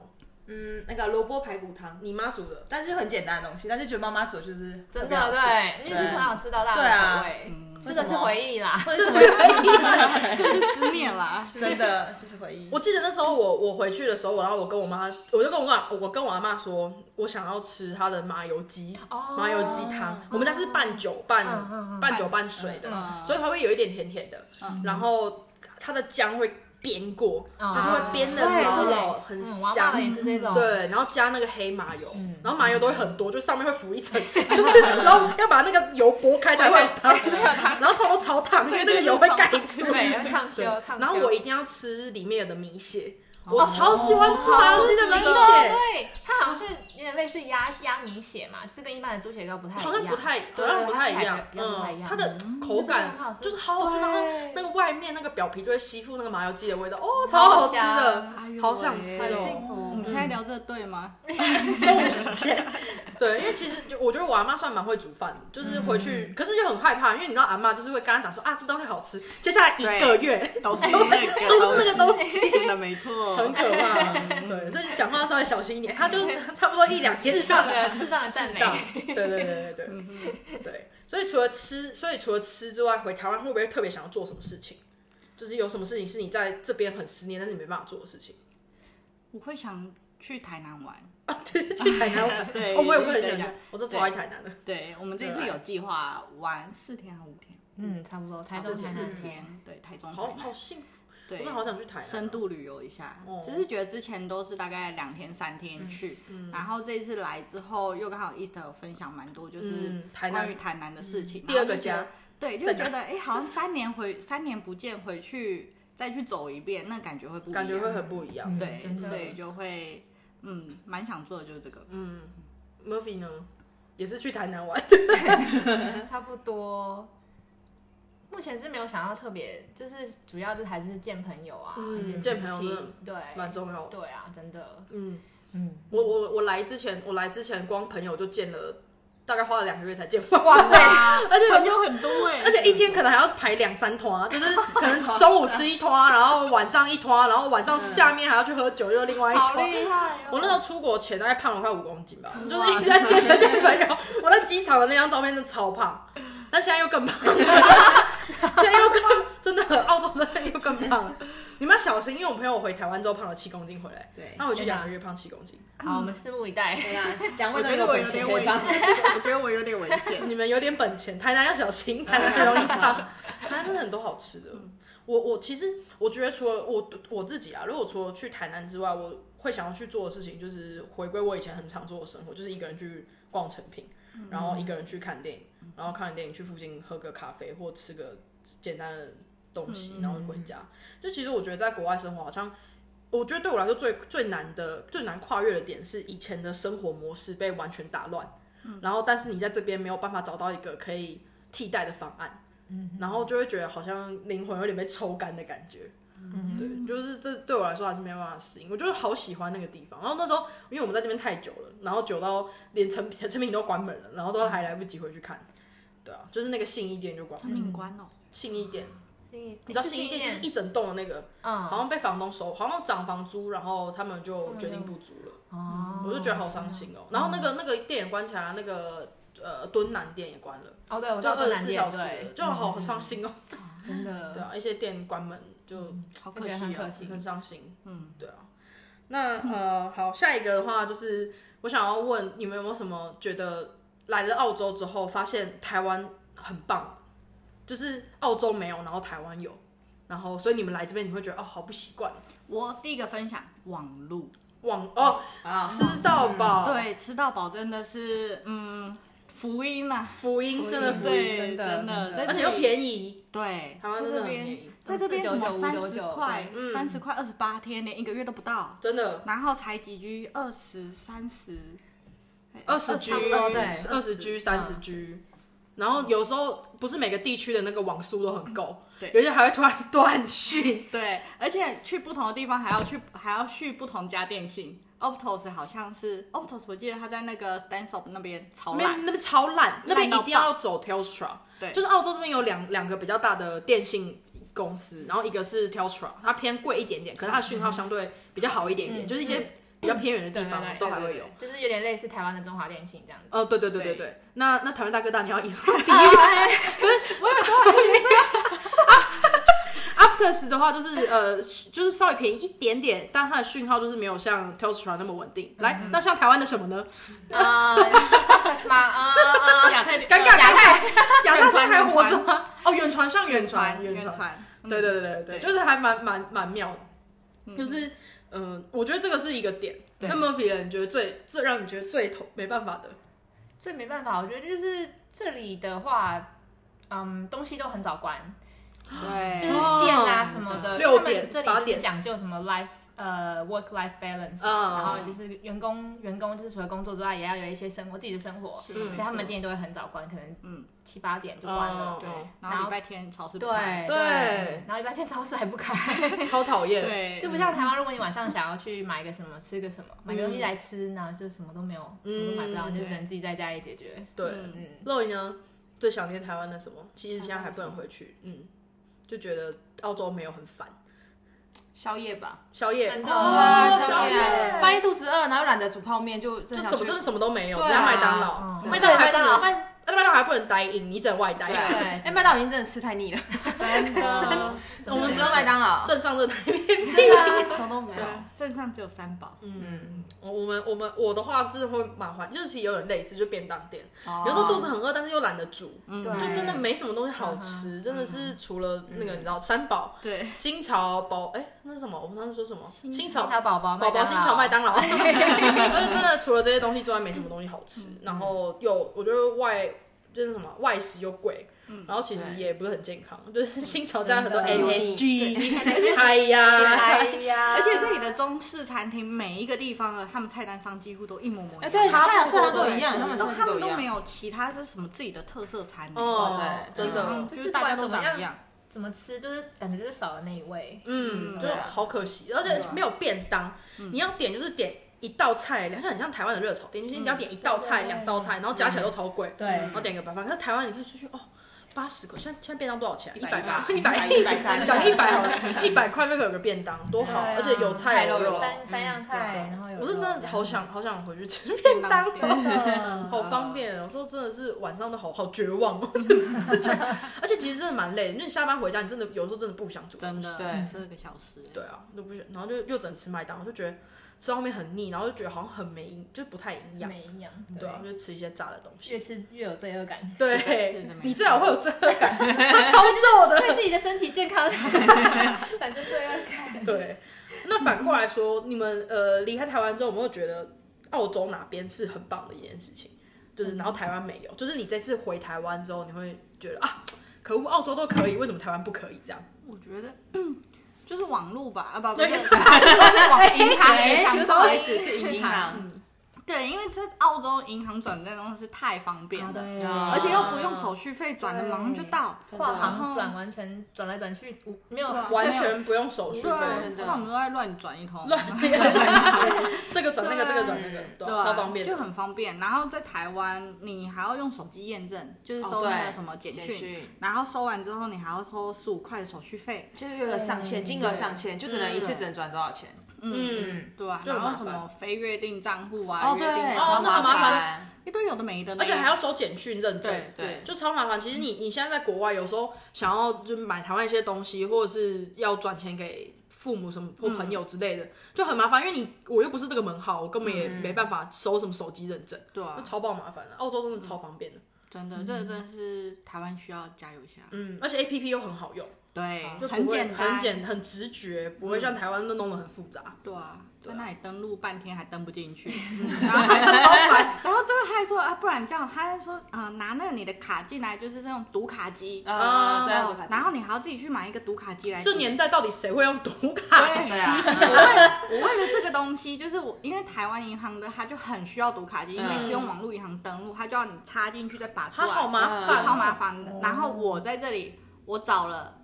嗯，那个萝卜排骨汤，
你妈煮的。
但是很简单的东西，但是觉得妈妈煮就是
真
特别好
的
吃，
对，因为是从小吃到大的
对啊
口味，
嗯
吃的是回忆啦。
或者是回
是不是思念啦？
忆，真的就是回忆。
我记得那时候我我回去的时候，然后我跟我妈，我就跟我妈，我跟我阿妈说，我想要吃她的麻油鸡，
哦
麻油鸡汤。我们家是半酒半
嗯嗯嗯
半酒半水的，
嗯
所以它会有一点甜甜的，然后它的姜会煸过，
嗯
就是会煸的
对对
老老
嗯
很
我爸
香
爸。也是这种，
对，然后加那个黑麻油，
嗯
然后麻油都会很多，就上面会浮一层，就是 然后要把那个油拨开才嗯会有汤，然后汤都超烫，因为那个油会盖住。
对，要唱修唱修。
然后我一定要吃里面的米血，我超喜欢吃麻油鸡哦的米
真的
血，
对，它好像是有点类似鸭鸭米血嘛，就是跟一般的猪血糕不太一样，
好像不太，好
对
像不太
它
一
吃起
样
来，比较不太一
嗯，
样。
它的口感
嗯真的很好吃
就是好好吃，
对
然后那个外面那个表皮就会吸附那个麻油鸡的味道，哦，超
超
好吃的
香，
哎呦
好想吃
很
哦
幸。福
我嗯们现在聊这对吗？
中午时间，对，因为其实就我觉得我阿妈算蛮会煮饭的，就是回去，可是又很害怕，因为你知道阿妈就是会跟她讲说啊，这东西好吃，接下来一个月
都是那个，
哎都是那个东西，哎
真的 没错，
很可怕。 对，所以讲话稍微小心一点，她就差不多一两天
适
就要
当的适当的赞
知
美
道，对对对对对对。所以除了吃，所以除了吃之外，回台湾会不会特别想要做什么事情？就是有什么事情是你在这边很思念，但是你没办法做的事情？
我会想去台南玩。
啊，对，去台南玩。
对
哦，我也会
对
很想
对
去，我是超爱台南的。
对，我们这次有计划玩四天还是五天？
嗯，差不多，台中
四
台南
天，对，台中、台
好好
南，
幸福，我
对
真的，好想去台南哦。
深度旅游一下
哦，嗯
就是觉得之前都是大概两天三天去，然后这一次来之后，又刚好 Easter 有分享蛮多，就是
嗯台南嗯
关于台南的事情。
第二个
然后
家
就觉得，对，就
在
觉得哎，好像三年回三年不见，回去再去走一遍，那感觉会不一
感觉
样
会很不一样。
对
真，的
所以就会嗯，蛮想做的就是这个。
嗯，Murphy 呢，也是去台南玩， 嗯
差不多。目前是没有想要特别，就是主要就还是见朋友啊，
嗯
亲戚
见朋友真的
对，
蛮重要的。
对啊，真的，
嗯，
嗯，
我我我来之前，我来之前光朋友就见了，大概花了两个月才见完，
哇塞，
而且
有很多哎
而且一天可能还要排两三团， 就是可能中午吃一团，然后晚上一团，然后晚上下面还要去喝酒，又另外一啊
好
团。
厉害哦！
我那时候出国前大概胖了快五公斤吧，就是一直在健身健朋友。我在机场的那张照片真的超胖，但现在又更胖，现在又更 真的澳洲真的又更胖了。你们要小心，因为我朋友回台湾之后胖了七公斤回来，
对
那我去两个月胖七公斤，
好，我们拭目以待。
哎
对啊，两位
我
都
觉得
有
我
本
有
钱
点
可
危
以
险，
帮。
我觉得我有点危险。
你们有点本钱，台南要小心，台南很容易胖，台南真的很多好吃的。我我其实我觉得除了我我自己啊，如果除了去台南之外，我会想要去做的事情就是回归我以前很常做的生活，就是一个人去逛成品，然后一个人去看电影，然后看完电影去附近喝个咖啡或吃个简单的东西，然后回家。就其实我觉得在国外生活好像。我觉得对我来说最最难的、最难跨越的点是以前的生活模式被完全打乱，然后但是你在这边没有办法找到一个可以替代的方案，然后就会觉得好像灵魂有点被抽干的感觉。
嗯
对，就是这对我来说还是没办法适应。我就是好喜欢那个地方。然后那时候因为我们在这边太久了，然后久到连成品 成品都关门了，然后都还来不及回去看。对啊，就是那个信义店就关
成
门，
品关哦，
信义店，
你
你知道信义店就是一整栋的那个，好
嗯
像被房东收，好像涨房租，然后他们就决定不租了，
哦
我就觉得好伤心哦。然后那个那个店也关起来，那个呃敦南店也关了，
哦，对，我知
就
道
二
东
十
南
四
店
小时
对嗯
了，就好伤心哦。
真的
对啊，一些店关门就
我
好可
觉
惜
得很可
哦。
惜，
很伤心。
嗯，
对啊。那呃，好，下一个的话就是我想要问你们有没有什么觉得来了澳洲之后发现台湾很棒，就是澳洲没有，然后台湾有，然后所以你们来这边你会觉得哦好不习惯，
我第一个分享网路，
网哦
啊，
吃到饱，，
嗯对，吃到饱真的是嗯福音啊，
福音真的福音，
对，
真
真
的真的
在
而且
这
又
里
便宜，
对，
台湾
在
真的
这
很便
边
宜，
在这边什么三
499
十块
对
嗯，
三十块二十八天连一个月都不到，
真的
然后才几居二十三十，
二
哦
十 G、
20
二十 G、三十 G，然后有时候不是每个地区的那个网速都很够，
对
有些还会突然断 讯，
对，而且去不同的地方还要去还要续不同家电信。Optos 好像是 Optos，我记得他在那个 Stansop 那边超
那
烂
边，那边超烂，那边一定要走 Telstra，
对
就是澳洲这边有两两个比较大的电信。公司，然后一个是 Telstra，它偏贵一点点，可是它的讯号相对比较好一点点，
嗯
就是一些比较偏远的地方
对对对
都还会有。
就是有点类似台湾的中华电信这样子。
呃，对对对对
对
对，那那台湾大哥大，你要以 后
我有多少电信？
Aptus 的话就是呃，就是稍微便宜一点点，但它的讯号就是没有像 Telstra 那么稳定。来，那像台湾的什么呢？
啊，什么啊啊啊！
亚太
尴尬，
呃
亚太，亚太
远传
现在还活着吗？哦，远传像远
远传
传，
远
传，
传，嗯
对对对对对，
对
就是还蛮蛮蛮妙的，就是嗯、呃我觉得这个是一个点。
对
那么 y 你觉得最最让你觉得最头没办法的，
所以没办法，我觉得就是这里的话，嗯，东西都很早关，
对，
就是
哦
店啊什么的，
六
他们
点
这
八
里就是
点
讲究什么 life 呃 work life balance，、
嗯
然后就是员工员工就是除了工作之外，也要有一些生活自己的生活，
是
嗯
所以他们店都会很早关，可能
嗯
七八点就关
嗯
了。
对，
然
然
后
后礼拜天超市不
对
开，
对
然后礼拜天超市还不开，
超讨厌。
对，嗯
就不像台湾，如果你晚上想要去买个什么、吃个什么、买个东西
嗯
来吃，然后就什么都没有，
嗯
什么都买不到，
对
你就只能自己在家里解决。
对，
嗯
嗯，
露营呢最想念台湾的什么？其实现在还不能回去，嗯，就觉得澳洲没有很烦。
宵夜吧，啊
宵夜，
真的
哦宵
宵
夜，
半夜肚子饿，然后懒得煮泡面，就
就
就
什么真的什么都没有，
对
只
啊
有麦当劳，
嗯
麦当劳还
对麦
不
当
能
劳，
麦
麦当劳还不能待印，你只能外
对，
待。
对
哎，麦当劳已经真的吃太腻了，
真的，
我们
只
只
有
有
麦当 劳，
镇上这台面，
对啊，什么都没
对，镇上只有三宝，
嗯，我我们我们我的话真的会蛮怀，就是其实有点类似，就便当店，
有
有时候肚子很饿，但是又懒得煮，
嗯哦
对
就真的没什么东西好吃，真的是除了那个你知道三宝。
对，
新潮宝哎，那是什么？我们当时说什么？新潮
小宝宝，
宝宝新潮麦
当
当劳， 但是真的除了这些东西之外，没什么东西好吃。然后又我觉得外就是什么外食又贵，然后其实也不是很健康，就是新潮加了很多
真的
MSG，嗨
劳， 哎
呀，
呀，
而且这里的中式餐厅每一个地方的他们菜单上几乎都一模模一
哎，
样，
对，
差不
菜
多
色都
对
一样，他们
都
菜
他
色
们
一
都没
样，
有其他就是什么自己的特色餐
哦
哦，
对，
真的
嗯就是大家都长一样，
怎么吃，就是感觉就是少了那一味。
嗯，就
对啊
好可惜，而且没有便当，你要点就是点一道菜，两像很像台湾的热炒店，就是你要点一道菜、
对
两道菜，然后加起来都超贵，
对
然后点个白饭。可是台湾你可以出去哦。八十块，现在现在便当多少钱？一百八，
180
一百
130 130
讲一百好了，一百块就可以有个便当，多好，
对啊
而且有菜
菜
有
肉
肉。嗯
三三样菜，然后有肉
我是真的好，
嗯
想 好想回去吃便
便
当
当，
真的
好方便
嗯
哦。我说真的是晚上都好好绝望哦， 而且其实真的蛮累的，因为你下班回家，你真的有时候真的不想煮
真
东西
的
对
十二个小时，欸
对啊，都不是，然后就又只能吃麦当劳，就觉得吃到后面很腻，然后就觉得好像很没营，就不太营养。
没营养，
对啊，就吃一些炸的东西。
越吃越有罪恶 感，
是
对
的没，错
你最好会有罪恶感， 他超瘦
对
的。
自己的身体 健康产生罪恶感。
对，那反过来说，你们呃离开台湾之后，有没有觉得澳洲哪边是很棒的一件事情？就是然后台湾没有，就是你这次回台湾之后，你会觉得啊，可恶，澳洲都可以，为什么台湾不可以？这样
我觉得 就是网络吧，啊不，不
对
是，不是网银行，
哎
银行，不
说
好意
对
思，
是
是银
银
行。
行，
对，因为这澳洲银行转账真的是太方便了，
对，
啊
而且又不用手续费，转的马上就到。
跨
然
行
啊
后
转完全转来转去，无没有
对啊
完全不用手续
对
费，
啊，
真的
像我们都在乱转一通，
这个转那个，这个转那个，对啊，超方便的，
就很方便。然后在台湾，你还要用手机验证，就是收
哦
那个
对
什么简
简
讯，
讯
然后收完之后，你还要收十五块手续费，
就是有个上限，金额上限，就只能一次只能转多少钱。
嗯，
对啊吧？
就很
然
麻
后
烦
什么非约定账户啊，
哦，
约
对，
定
哦
超
账
那
麻
很
户
麻
啊
烦
烦。
一堆有的没的呢，
而且还要收简讯认证，
对
对
就超麻烦。其实你你现在在国外，有时候想要就买台湾一些东西，或者是要转钱给父母什么或朋
嗯
友之类的，就很麻烦。因为你我又不是这个门号，我根本也没办法收什么手机认证，
嗯对啊
就，超爆麻烦的。澳洲真的超方便的，
真的，这个真的是台湾需要加油一下，
嗯，而且 A P P 又很好用，
对
就，不
很
会
简单，嗯
很简很直觉，不会像台湾都弄得很复杂。
对啊，在
啊
那里登录半天还登不进去，然后还超烦。然后最后他还说啊，不然这样，他还说啊、呃拿那个你的卡进来，就是这种读卡机，
啊，对
然
啊，
后
我
哦然后你还要自己去买一个读卡机来读。
这年代到底谁会用读卡机
对？啊， 我为我为了这个东西，就是我因为台湾银行的，它就很需要读卡机，因为
嗯
是用网络银行登录，它就要你插进去再拔出
它
来，
好麻
就
烦，
超麻烦的。然后我在这里，我找了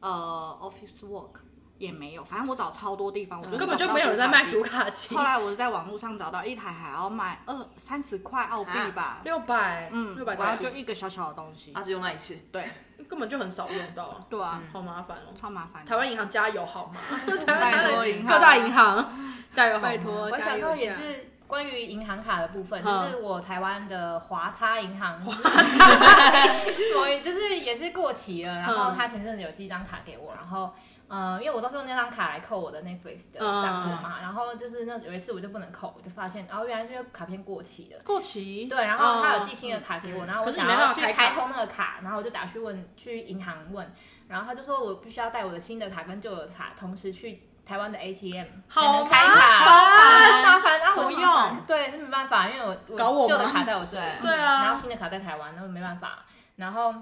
呃 Office Work 也没有，反正我找超多地方，我就
根本就
找不
没
到
有人在卖
机
读卡机
后。来我在网络上找到一台，还要卖二三十块澳币吧，
六百，
嗯，
啊六百
然
台
后就
币，啊
一个小小的东西
他，只用那一次，
对
根本就很少用到，
对啊，
好麻烦哦。
超麻烦的。
台湾银行加油好吗？
拜托银行
各大银 行哦加油好吗？
拜托
我想到也
加油
是关于银行卡的部分，
嗯
就是我台湾的华差银行，我就是也是过期了，然后
嗯
他前阵子有寄一张卡给我，然后。呃，因为我都是用那张卡来扣我的 Netflix 的
嗯
账户嘛，然后就是那有一次我就不能扣，我就发现，哦，原来是因为卡片过期了。
过期，
对，然后他有
嗯
寄新的卡给我，
嗯
然后我
可是你
想
没
要
办法
去
开卡
开通那个卡，然后我就打去问去银行问，然后他就说我必须要带我的新的卡跟旧的卡同时去台湾的 ATM 才
好
能开卡，
麻
超麻烦，然后我
怎么
就麻烦对是没办法，因为我我
搞我吗
旧的卡在我这里，
对啊
然后新的卡在台湾，那我没办法，然后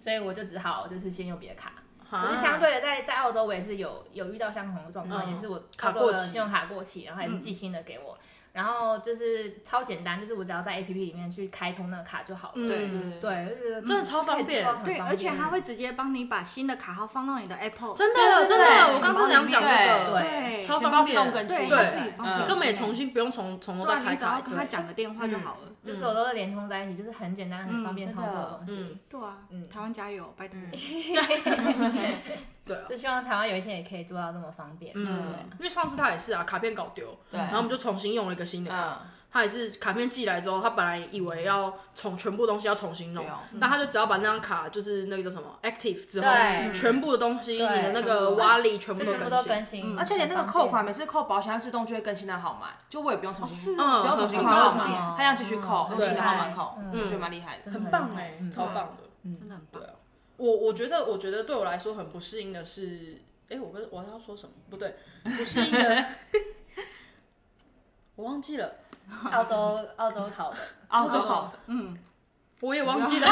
所以我就只好就是先用别的卡。
啊哦
可是相对的，在在澳洲我也是有有遇到相同的状况，
嗯
也是我
卡
澳洲
过
的
期嗯
信用卡过期，然后也是寄新的给我，然后就是超简单，就是我只要在 A P P 里面去开通那个卡就好了。
对
嗯
对，就觉得
真的超方便
啊
对，而且他
它
会直接帮你把新的卡号放到你的 Apple，
真
对
的
对
真的，
对
我刚刚想讲这个，
对，
超
钱
方
包自动
便
更，新，
对，
对
他自己帮
嗯
你根本也重新不用从从头
对
再
啊，
开
你只要
卡一
跟
次
他，讲个电话就好了。
就是我都是连通在一起，就是很简单、很方便操作的东西。
嗯，
对啊
嗯，
台湾加油，拜托。
嗯
对啊。
就希望台湾有一天也可以做到这么方便。
嗯，因为上次他也是啊，卡片搞丢，
对
然后我们就重新用了一个新的卡，
嗯，
他也是卡片寄来之后，他本来以为要重全部东西要重新弄
对哦，
啊嗯
那他就只要把那张卡就是那个叫什么 active 之后
对，
全部的东西，你
对
的那个
全部
wallet 全部
就
都
全部都
更
更
新。
嗯
新，
嗯而且连那个扣款，每次扣保险它自动就会更新的号码，就我也不用重新，
哦是
不
哦
用重新换号
很高级
码，它要继续扣，用
对
新的号码扣，
嗯
我觉得蛮厉害的。嗯
很棒哎、超棒的。
真的很棒
对。啊，我我觉得，我觉得对我来说很不适应的是，哎、我跟我要说什么？不 对，不适应的，我忘记了，
澳洲澳洲考 的，
澳洲好啊哦的，
嗯，
我也忘记了。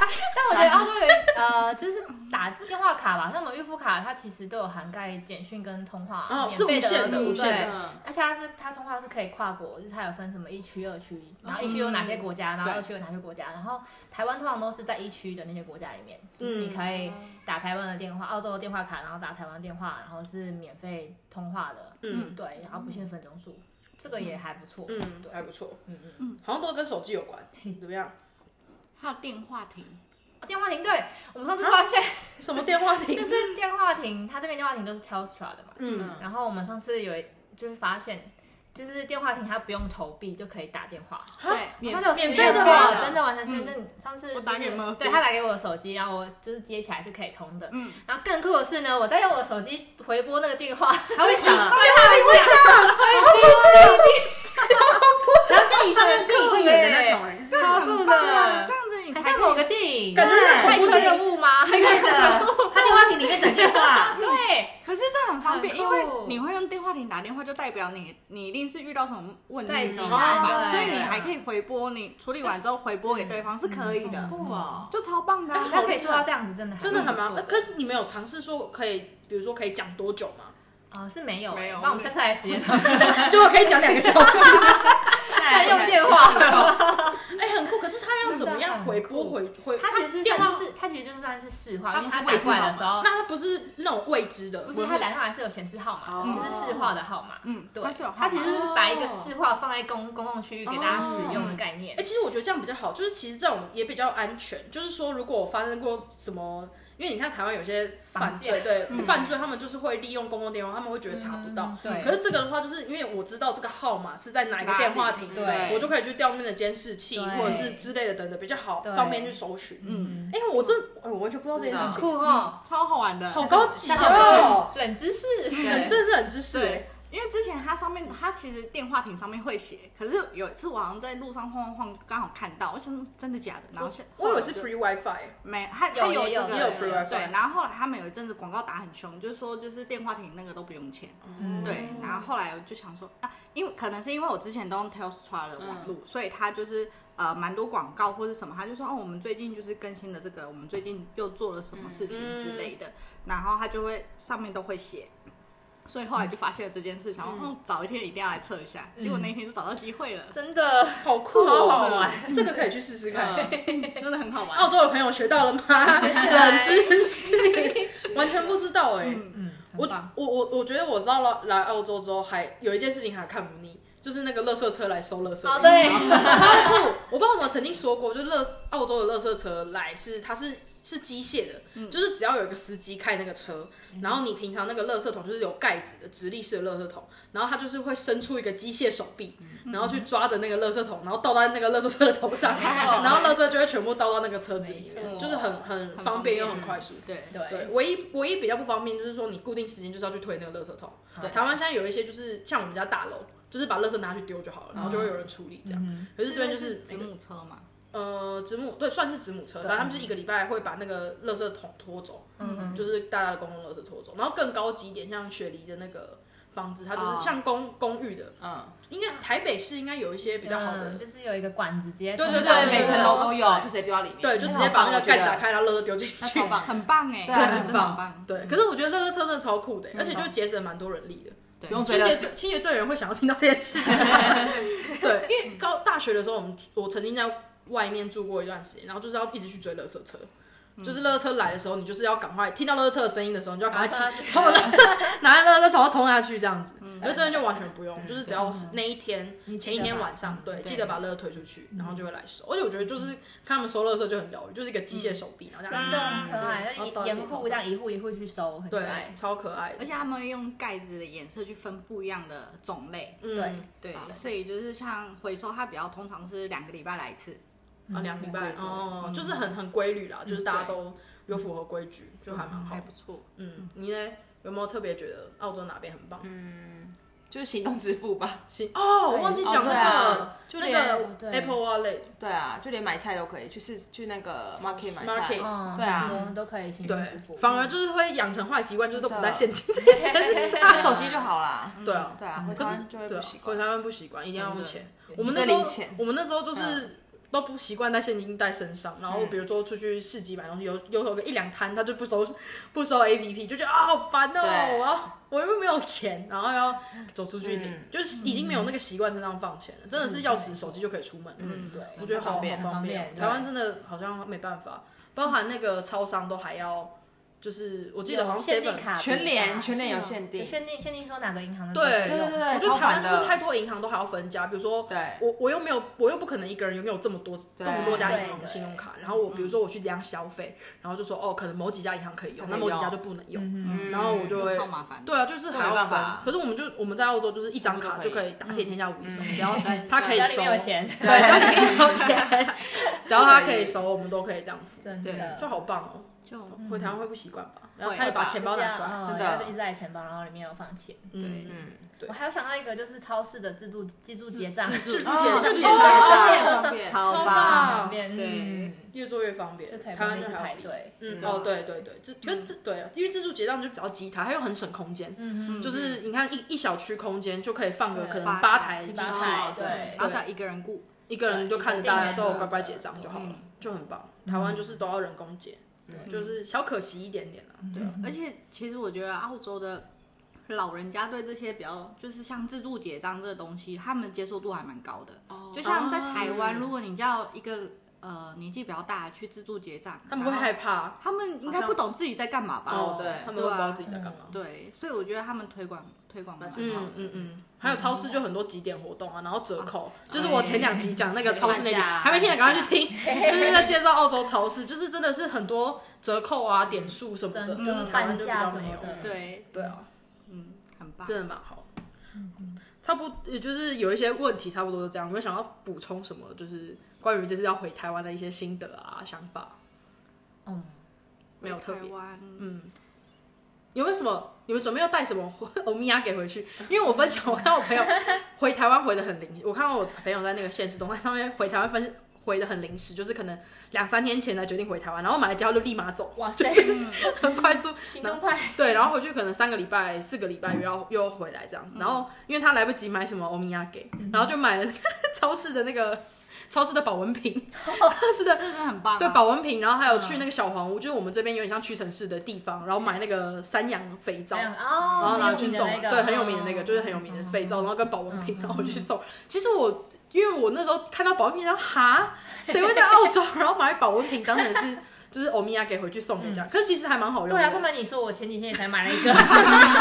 但我觉得澳洲有一呃，就是打电话卡吧，像我们预付卡，它其实都有涵盖简讯跟通话，
哦
免费
是无
的
线的
对不
无线
对
的？
嗯
而且它是它通话是可以跨国，就是它有分什么一区、二区，然后一区有哪些
嗯
国家，然后
对
二区有哪些国家，然后台湾通常都是在一区的那些国家里面，就是
嗯
你可以打台湾的电话、澳洲的电话卡，然后打台湾电话，然后是免费通话的，
嗯
对，然后不限分钟数，这个也还不错，
嗯，
对
还不错，嗯嗯，好像都跟手机有 关，怎么样？
还有电话亭，
啊电话亭，对我们上次发现，
什么电话
就
亭？
是电话亭，它这边电话亭都是 Telstra 的嘛，
嗯，
然后我们上次有一就是发现，就是电话亭它不用投币就可以打电话，
对，
免
它就有
免
实
费
验
的
过
吗
真的完全是。那你上次
我打
就是
给 Murphy
对他打给我的手机，然后我就是接起来是可以通的。
嗯，
然后更酷的是呢，我在用我的手机回拨那个电话，
它会 响啊，然后地上面地会演的那种人，
超酷
哇
的
啊这，样子你
还
才
像
可
某
以
个电影，
感觉是
快
恐怖
车
电
任
影。
务吗？
真的，他电话亭里面等电话，
对，
可是这很方便，
很
因
酷
为你会用电话亭打电话，就代表你你一定是遇到什么问题、
对
什么
急
麻
难对
烦，所以你还可以回拨，你处理完之后回拨给对方是可以
嗯
的，
哇，
就超棒的啊。
他可以做到这样子，真的
真的很忙。
蛮
呃
不
可
错的
是你们有尝试说可以，比如说可以讲多久 吗？
啊是没有
没有
那我们下次来实验，
结果可以讲两个小 时，
再用电话。
哎，很酷。可是他要怎么样回拨回回？
他其实是
电
算
话
就是他其实就算是市话，
他
因为
不是
他打过来的时候，
那他不是那种未知的，
不是他打电话还是有显示号码
哦
的，就是市话的号码。
嗯，
对
它是有号，码
他其实就是把一个市话放在公公共区域给大家使用的
哎、
概念。
其实我觉得这样比较好，就是其实这种也比较安全。就是说，如果发生过什么，因为你看台湾有些犯罪，
绑架
对、犯罪，他们就是会利用公共电话，他们会觉得查不到。
嗯嗯对
可是这个的话，就是因为我知道这个号码是在哪一个电话亭，
哪里对
我就可以去调那边的监视器
对
或者是之类的等等，比较好，
对
方便去搜寻。嗯，哎、我这哎我完全不知道这件
不
事情，
知
酷哦，
超好玩的，
好高级
下次我
哦
们，去冷知识，
很
对
这是很知识、
对，因为之前它上面，它其实电话亭上面会写，可是有一次我好像在路上晃晃晃，刚好看到，我想说真的假的，然后现
我以为是
后来
free wifi，
就没，它它
有
有
也
这
有
个
也有 free wifi
对，然后后来他们有一阵子广告打很凶，就是说就是电话亭那个都不用钱，
嗯
对，然后后来我就想说，啊，因为可能是因为我之前都用 Telstra 的网络，
嗯
所以它就是呃蛮多广告或者什么，他就说哦，我们最近就是更新了这个，我们最近又做了什么事情之类
嗯
的，然后他就会上面都会写。所以后来就发现了这件事，想说嗯，早一天一定要来测一下。
嗯
结果那一天就找到机会了，
真的
好酷哦，
超好玩
这个可以去试试看。
嗯真的很好玩。
澳洲的朋友学到了吗？
来
冷知识，完全不知道哎、
嗯，很
我
棒
我我我觉得我知道了，来澳洲之后还有一件事情还看不腻，就是那个垃圾车来收垃圾。
哦，对，
超酷！我不知道我们曾经说过，就是乐澳洲的垃圾车来是它是是机械的，就是只要有一个司机开那个车，然后你平常那个垃圾桶就是有盖子的直立式的垃圾桶，然后它就是会伸出一个机械手臂，然后去抓着那个垃圾桶，然后倒到那个垃圾车的头上，
错
然后垃圾就会全部倒到那个车子里面，
没错
就是很很
很
方
方
便
便
又很快速。
对
对，
对，
唯一唯一比较不方便就是说，你固定时间就是要去推那个垃圾桶。
对
台湾现在有一些就是像我们家大楼，就是把垃圾拿去丢就好了，然后就会有人处理这样。可是这边就是
子母车嘛，
呃，子母对，算是子母车，反正他们是一个礼拜会把那个垃圾桶拖走，
嗯，
就是大家的公共垃圾拖走。然后更高级一点，像雪梨的那个房子，它就
哦
是像公、公寓的，
嗯，
应该台北市应该有一些比较好的，
嗯就是有一个管子直接
对
通
对
到
对，每层楼都有，就直接丢到里面，
对，就直接把那个盖子打开，然后垃圾丢进去。啊
很棒
很棒哎，
对
真的
很
很
棒
棒。
对，可是我觉得垃圾车真的超酷的，而且
嗯
就节省蛮多人力的。
不用追
清
垃
洁
圾
队，清洁队员会想要听到这件 事情。对，因为高大学的时候，我们我曾经在外面住过一段时间，然后就是要一直去追垃圾车。
嗯
就是垃圾车来的时候，你就是要赶快听到垃圾车的声音的时候，你就要赶快
赶
骑
快
冲垃圾， 拿着垃圾手要冲下去这样子。
嗯
而这边就完全不用，就是只要是那一天
你
前一
嗯记得
天
把嗯
晚上，对，
对嗯
记得把垃圾推出去，然后就会来收。而且我觉得就是看他们收垃圾就很疗愈，就是一个机械手臂，然后这样
真的很可爱，
对
那
然后倒
沿
进
户
头
这
上
样一户一户去收，很可
对
爱，。
超可爱的
而。且他们会用盖子的颜色去分不一样的种类，
嗯，
对
对，所以就是像回收，它比较通常是两个礼拜来一次。
啊，两个礼拜
对
哦，
嗯
就是很很规律啦，就是大家
对
都有符合规矩，就还蛮好
还
的。
不错，
嗯，你呢？有没有特别觉得澳洲哪边很棒？
就是行动支付吧。
行哦，我
对
忘记
哦
讲
对
那个
啊就
那
连
个
对
Apple Wallet，
对啊，就连买菜都可以，去市去那个 market 买
market
菜。
嗯，
对啊
很多都可以行动支付，
对，反而 就是会养成坏习惯，就是都不带现金这
对
些事情。
拿手机就好啦。
嗯
对啊，
对啊，回
可
台
是
湾就会
对
不
啊
习，
回
惯。
台湾不习惯，一定要用
真的
钱。
对
我们那
对
时
零
候
钱，
我们那时候就是
嗯
都不习惯带现金带身上，然后比如说出去市集买东西，有有有个一两摊，他就不收 不收 A P P，就觉得啊好烦哦、
对
我要我又没有钱，然后要走出去领，
嗯
就是已经没有那个习惯身上放钱了，真的是钥匙手机就可以出门了。嗯，
对，
我觉得好好
很便，很
方
方
便
便。
哦。台湾真的好像没办法，包含那个超商都还要，就是我记得好像
限定
seven。
卡比
全联
啊
全联有限定
有，限定限定说哪个银行的
对
都可
对
以
对对
用
对
我觉得
超
台湾
烦的
就是太多银行都还要分家，比如说
对
我我又没有，我又不可能一个人拥有这么多这
对
么多家银行的
对嗯
信用卡。然后我比如说我去这样消费，然后就说哦，可能某几家银行可以用，那某几家就不能用。
嗯
然后我就会
超麻烦的。
对啊，就是还要
没办
分
法。
可是我们就我们在澳洲就是一张卡就
就
可
可
以
以
打遍天下无敌手，只要他可以
家里
收，
面有钱，
对，只要你没有钱，只要他可以收，我们都可以这样付，
真
对
的
就好棒哦。
就
回台湾会不习惯吧？然后
会
他也把
吧
钱包拿出
就是
来，
要
真
嗯
的
要一直在钱包，然后里面有放钱。
嗯
对
嗯，对
我还有想到一个，就是超市的自助自助结账，
自助
哦
结账
自助
哦
账
方便
超
超
棒，
方便，
对
嗯，
越做越方便，
就可
台
以不用
湾
一直
就还
排
有比
队。
嗯，
对啊
哦，对对对，自就自对啊，因为自助结账就只要机台，它又很省空间，
嗯嗯，
就是你看一一小区空间就可以放个
对
可能
嗯八
八台
七
机
八
器，
台
对啊
对
然后找一个人雇，
一个人就看着大家都有乖乖结账就好
嗯
了，就很棒。台湾就是都要人工结，就是小可惜一点点啦。对啊，
而且其实我觉得澳洲的老人家对这些比较，就是像自助结账这个东西，他们的接受度还蛮高的。
哦
就像在台湾，如果你叫一个呃年纪比较大的去自助结账，
他们会
然后
害怕，
他们应该不懂自己在干嘛吧？啊
哦对
他们都不知道自己在
嗯
干嘛。
对，所以我觉得他们推广推广蛮好
嗯
嗯
的。
嗯嗯，还有超市就很多集点活动啊，然后折扣，就是我前两集讲那个超市那集，
哎呀
还没听的赶快去听，就是在介绍澳洲超市，就是真的是很多折扣啊、点数什么的，
真
就
的
是台湾就比
半价
较
什么
没有。
的
对，
对啊，
嗯，很棒。
真的蛮好。差不多，也就是有一些问题，差不多是这样。有没有想要补充什么？就是关于这次要回台湾的一些心得啊、想法，
嗯，
没有特别
台。湾，
嗯，有没有什么？你们准备要带什么 回欧米亚给回去？因为我分享，我看到我 朋友回台湾回的很临，我看到我朋友在那个现实动态上面回台湾分回的很临时，就是可能两三天前才决定回台湾，然后买了机票就立马 走，
哇塞，
很快速。
行
然后
动派，
对，然后回去可能三个礼拜、四个礼拜又要又要回来这
嗯
样子。然后因为他来不及买什么欧米亚给，然后就买了超市的那个超市的保温瓶，
嗯
超市的
这真的很棒啊。
对保温瓶，然后还有去那个小黄屋，就是我们这边有点像屈臣氏的地方，然后买那个三羊肥皂，然
然
后拿去
去
送，对，很有名的
嗯
那个，就是很有名的肥皂，然后跟保温瓶，然后我去送。其实我因为我那时候看到保温瓶，然后哈，谁会在澳洲然后买保温瓶当成是就是欧米亚给回去送人家？可是其实还蛮好用
对啊，不
的，
瞒你说，我前几天也才 买了一个，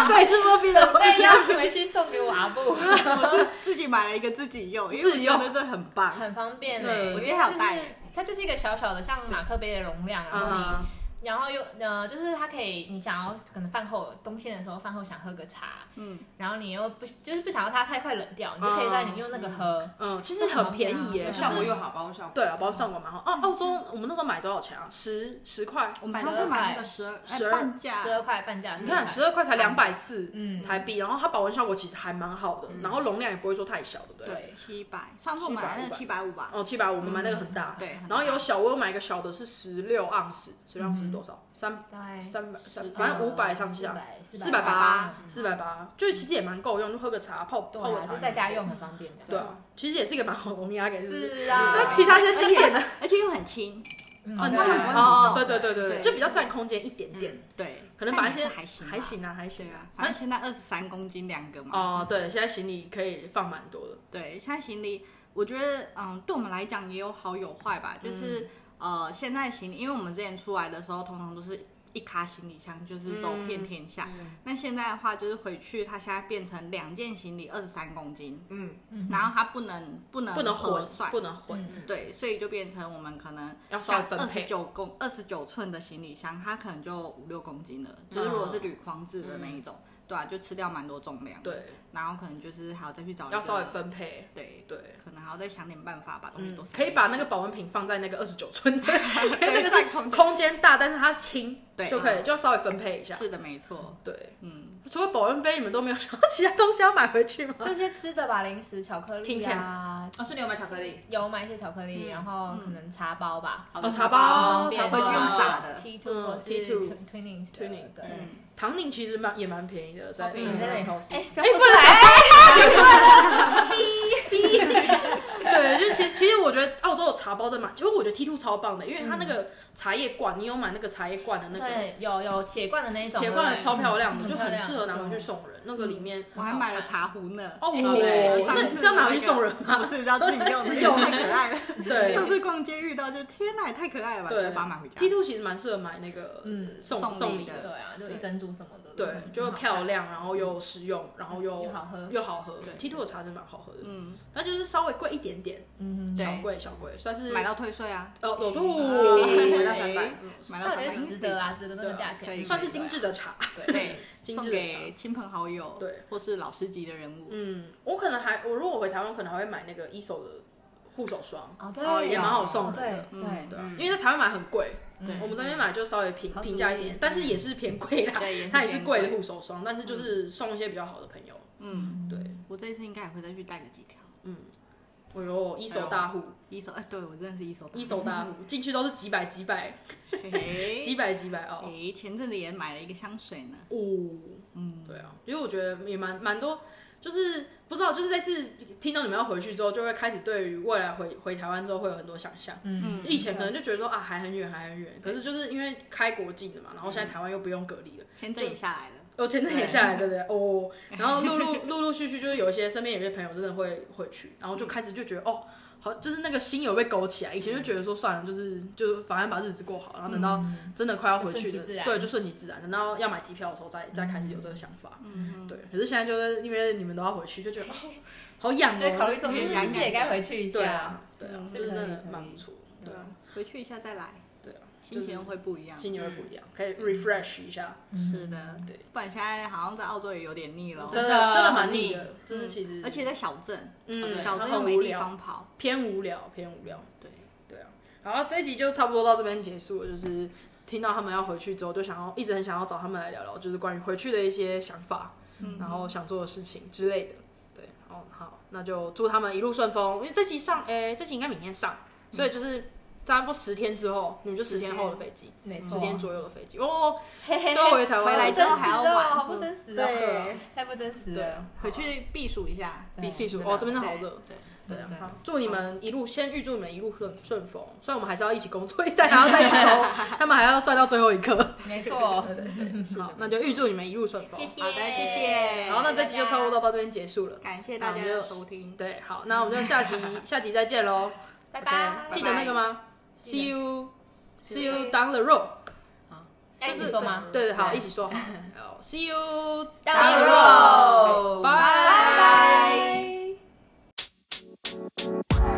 这也是 Murphy
准
的
备要回去送给我阿布，
我是自己买了一个自己用，因为我
自己用
觉得这很棒。
很方便
对
欸
我
今天还有带
因为它就是它就是一个小小的像马克杯的容量，然后 你
啊，
然后又呃，就是它可以，你想要可能饭后冬天的时候，饭后想喝个茶，
嗯，
然后你又不就是不想要它太快冷掉，你就可以在你用那个喝，
嗯，其实很便宜耶，就
效果
是
又好，包括效果
对啊，包装管蛮好。啊，澳洲我们那时候买多少钱啊？十十块，
我们上次买那个十二哎
十二
半价，
十二块半价，
你看十二块才两百四，
嗯
台币，然后它保温效果其实还蛮好的，然后容量也不会说太小，对不对？
对七百，上次我们买那个七百五吧，
哦，七百五，我们买那个很大，
对很大
然后有小，我有买一个小的，是十六盎司，十六盎司是多少？三
大概
三百三，反正五百上下，，四
四
百
百
八
480，
四百八，就是其实也蛮够用，就喝个茶，泡
对
泡
啊，
个茶
就，在家用很方便这样，
对啊，其实也是一个蛮好的欧米亚给，是不是？
是啊，
那其他一些经典的，
而且又很轻，
嗯
很
对
轻
轻不会很
哦，
重
对对对对对，
对
就比较占空间一点点，
对，
可能把一
但
些
也是还行吧
还行啊，还行
对啊，
反
反
正
正现在二十三公斤两个嘛，
哦，对，现在行李可以放蛮多的，
对，现在行李，我觉得嗯，对我们来讲也有好有坏吧，就是、
嗯
呃，现在行李，因为我们之前出来的时候，通常都是一卡行李箱，就是走遍天下。
嗯
那现在的话，就是回去，它现在变成两件行李二十三公斤，
嗯，
然后它不能不能
不能
核
混，
算，
不能混，
对，所以就变成我们可能
要稍微分
二
配
十九公二十九寸的行李箱，它可能就五六公斤了，
嗯
就是如果是铝框制的那一种，对啊，就吃掉蛮多重量。，
对，
然后可能就是还要再去找一个
要稍微分配，
对，
对。
可能还要再想点办法把东西
嗯
都塞进
可
去、，
以把那个保温瓶放在那个二十九寸 的，因为那个
占
是
空间
空间大，但是它轻，
对
就可以
嗯
就要稍微分配一下。
是的，没错，
对，
嗯，
除了保温杯，你们都没有 想到其他东西要买回去吗？
这些吃的吧，零食、巧克力啊，
哦，是你有买巧克力？
有买一些巧克力，然后可能茶包吧，
好
嗯
哦
的
茶
包
包茶
回
包
去用撒的，
T two 或是
T2
Twinings 的
Twinning，
对，
嗯，
唐宁其实蛮也蛮便宜的，在
便宜嗯
在那里
超市。
哎，不
哎
要
不
说出
能
来，
对，就其其实我觉得澳洲的茶包真蛮，其实我觉得 T two 超棒的，因为它那个茶叶罐，你有买那个茶叶罐的那个
对，有有铁罐的那一种，
铁罐的
对
超漂亮的，
嗯
就很适合拿回去。
漂亮
送人。那个里面
我还买了茶壶呢。哎
哦，
对
那你是要拿回去送人吗？
不是要自己 用，自己用太可爱了。
对
上次逛街遇到，就天哪，也太可爱了吧！
对
就把它买回家。
T two 其实蛮适合买那个
嗯
送
送
送
礼
礼
对
的，
对啊，就一整组什么的，
对，
嗯
就漂
亮。
亮，然后又实用，然后又
又好喝
又好喝
对。
T two 的茶真蛮好喝的，
嗯，
那就是稍微贵一点点，
嗯，
对
小贵小贵，算是
买到退税啊，
呃裸
哦
露，
买到三百
嗯
哎买
那
到
我
三
觉
百
得是值得啊，值得那个价
对啊可
钱。
以
算是精致的茶。
对，
精
送
致的茶
给亲朋好友，
对，
或是老师级的人物，
嗯，我可能还我如果回台湾，可能还会买那个一手的护手霜，
哦，对
哦，也
也蛮好送
哦
人
对
的，嗯
对
嗯
嗯
对啊，因为在台湾买很贵，
对
我们这边买就稍微平
好主意
平价一点，但是也是偏贵啦
嗯对也是，
它也是
偏
贵的
贵
护手霜，但是就是送一些比较好的朋友。
嗯，
对，
我这一次应该也会再去带个几条。
我有哎一手大户，
一手哎，对我真的是一手
一手大户进去都是几百几百
哎嘿
几百几百哦。
哎，前阵子也买了一个香水呢，
哦，
嗯，
对啊，因为我觉得也蛮蛮多，就是不知道，就是这次听到你们要回去之后，就会开始对于未来回回台湾之后会有很多想象。
嗯，
嗯
以前可能就觉得说啊还很远还很远，可是就是因为开国境了嘛，然后
嗯
现在台湾又不用隔离了，
签证也下来了，
哦签证也下来，对不对？哦，然后陆 陆陆陆续续就是有一些身边有些朋友真的会回去，然后
嗯
就开始就觉得哦。好，就是那个心有被勾起来。以前就觉得说算了，就是就反正把日子过好，然后等到真的快要回去
嗯就顺
的，
其自然
对，就顺其自然。等到要买机票的时候再再开始有这个想法。
嗯
对，可是现在就是因为你们都要回去，就觉 得哦，好痒哦。
就考虑说，
嗯
嗯，是不是也该回去一
对
下？
啊，对啊，
嗯
就是真的蛮不错的，对
对
啊，
啊，回去一下再来，
对啊，
心情会不一样。
心情会不一样，
嗯
可以 refresh 一下，
是的，
嗯对，
不然现在好像在澳洲也有点腻
嗯
了，
真的真的蛮腻的，就是其实
而且在小镇，
嗯，
小
然
镇
后
又
很无
没地
聊，
方跑，
偏无聊，偏无聊，
对，
对啊。好，这一集就差不多到这边结束了，就是听到他们要回去之后，就想要一直很想要找他们来聊聊，就是关于回去的一些想法，然后想做的事情之类的。对，哦，好，那就祝他们一路顺风，因为这集上，诶、这集应该明天上，所以就是差不多十天之后，你们就十天后的飞机，
没错，
十天左右的飞机嗯哦，
嘿嘿嘿
都回台湾
回来
了
真
之后
实
还要
哦，
玩
好不真实哦，
对，
太不真实
对
了。
回去避暑一下，
对
比细数
真的
哦，这边真的好热。
对，
对啊
真，的
好，祝你们一路先预祝你们一路顺顺风，虽然我们还是要一起工作，再还要 再一周，他们还要赚到最后一刻。
没错，
好，那就预祝你们一路顺风。
谢
好的，谢谢。
好，那这集就差不多到这边结束了。
感谢大家的收听，
对，好，那我们就下 集下集再见喽。
拜拜。
记得那个吗？See you, see you down the road。哎
要一起说吗？
对，好，一起说好。好，See you
Down the
road。
road
拜
拜拜。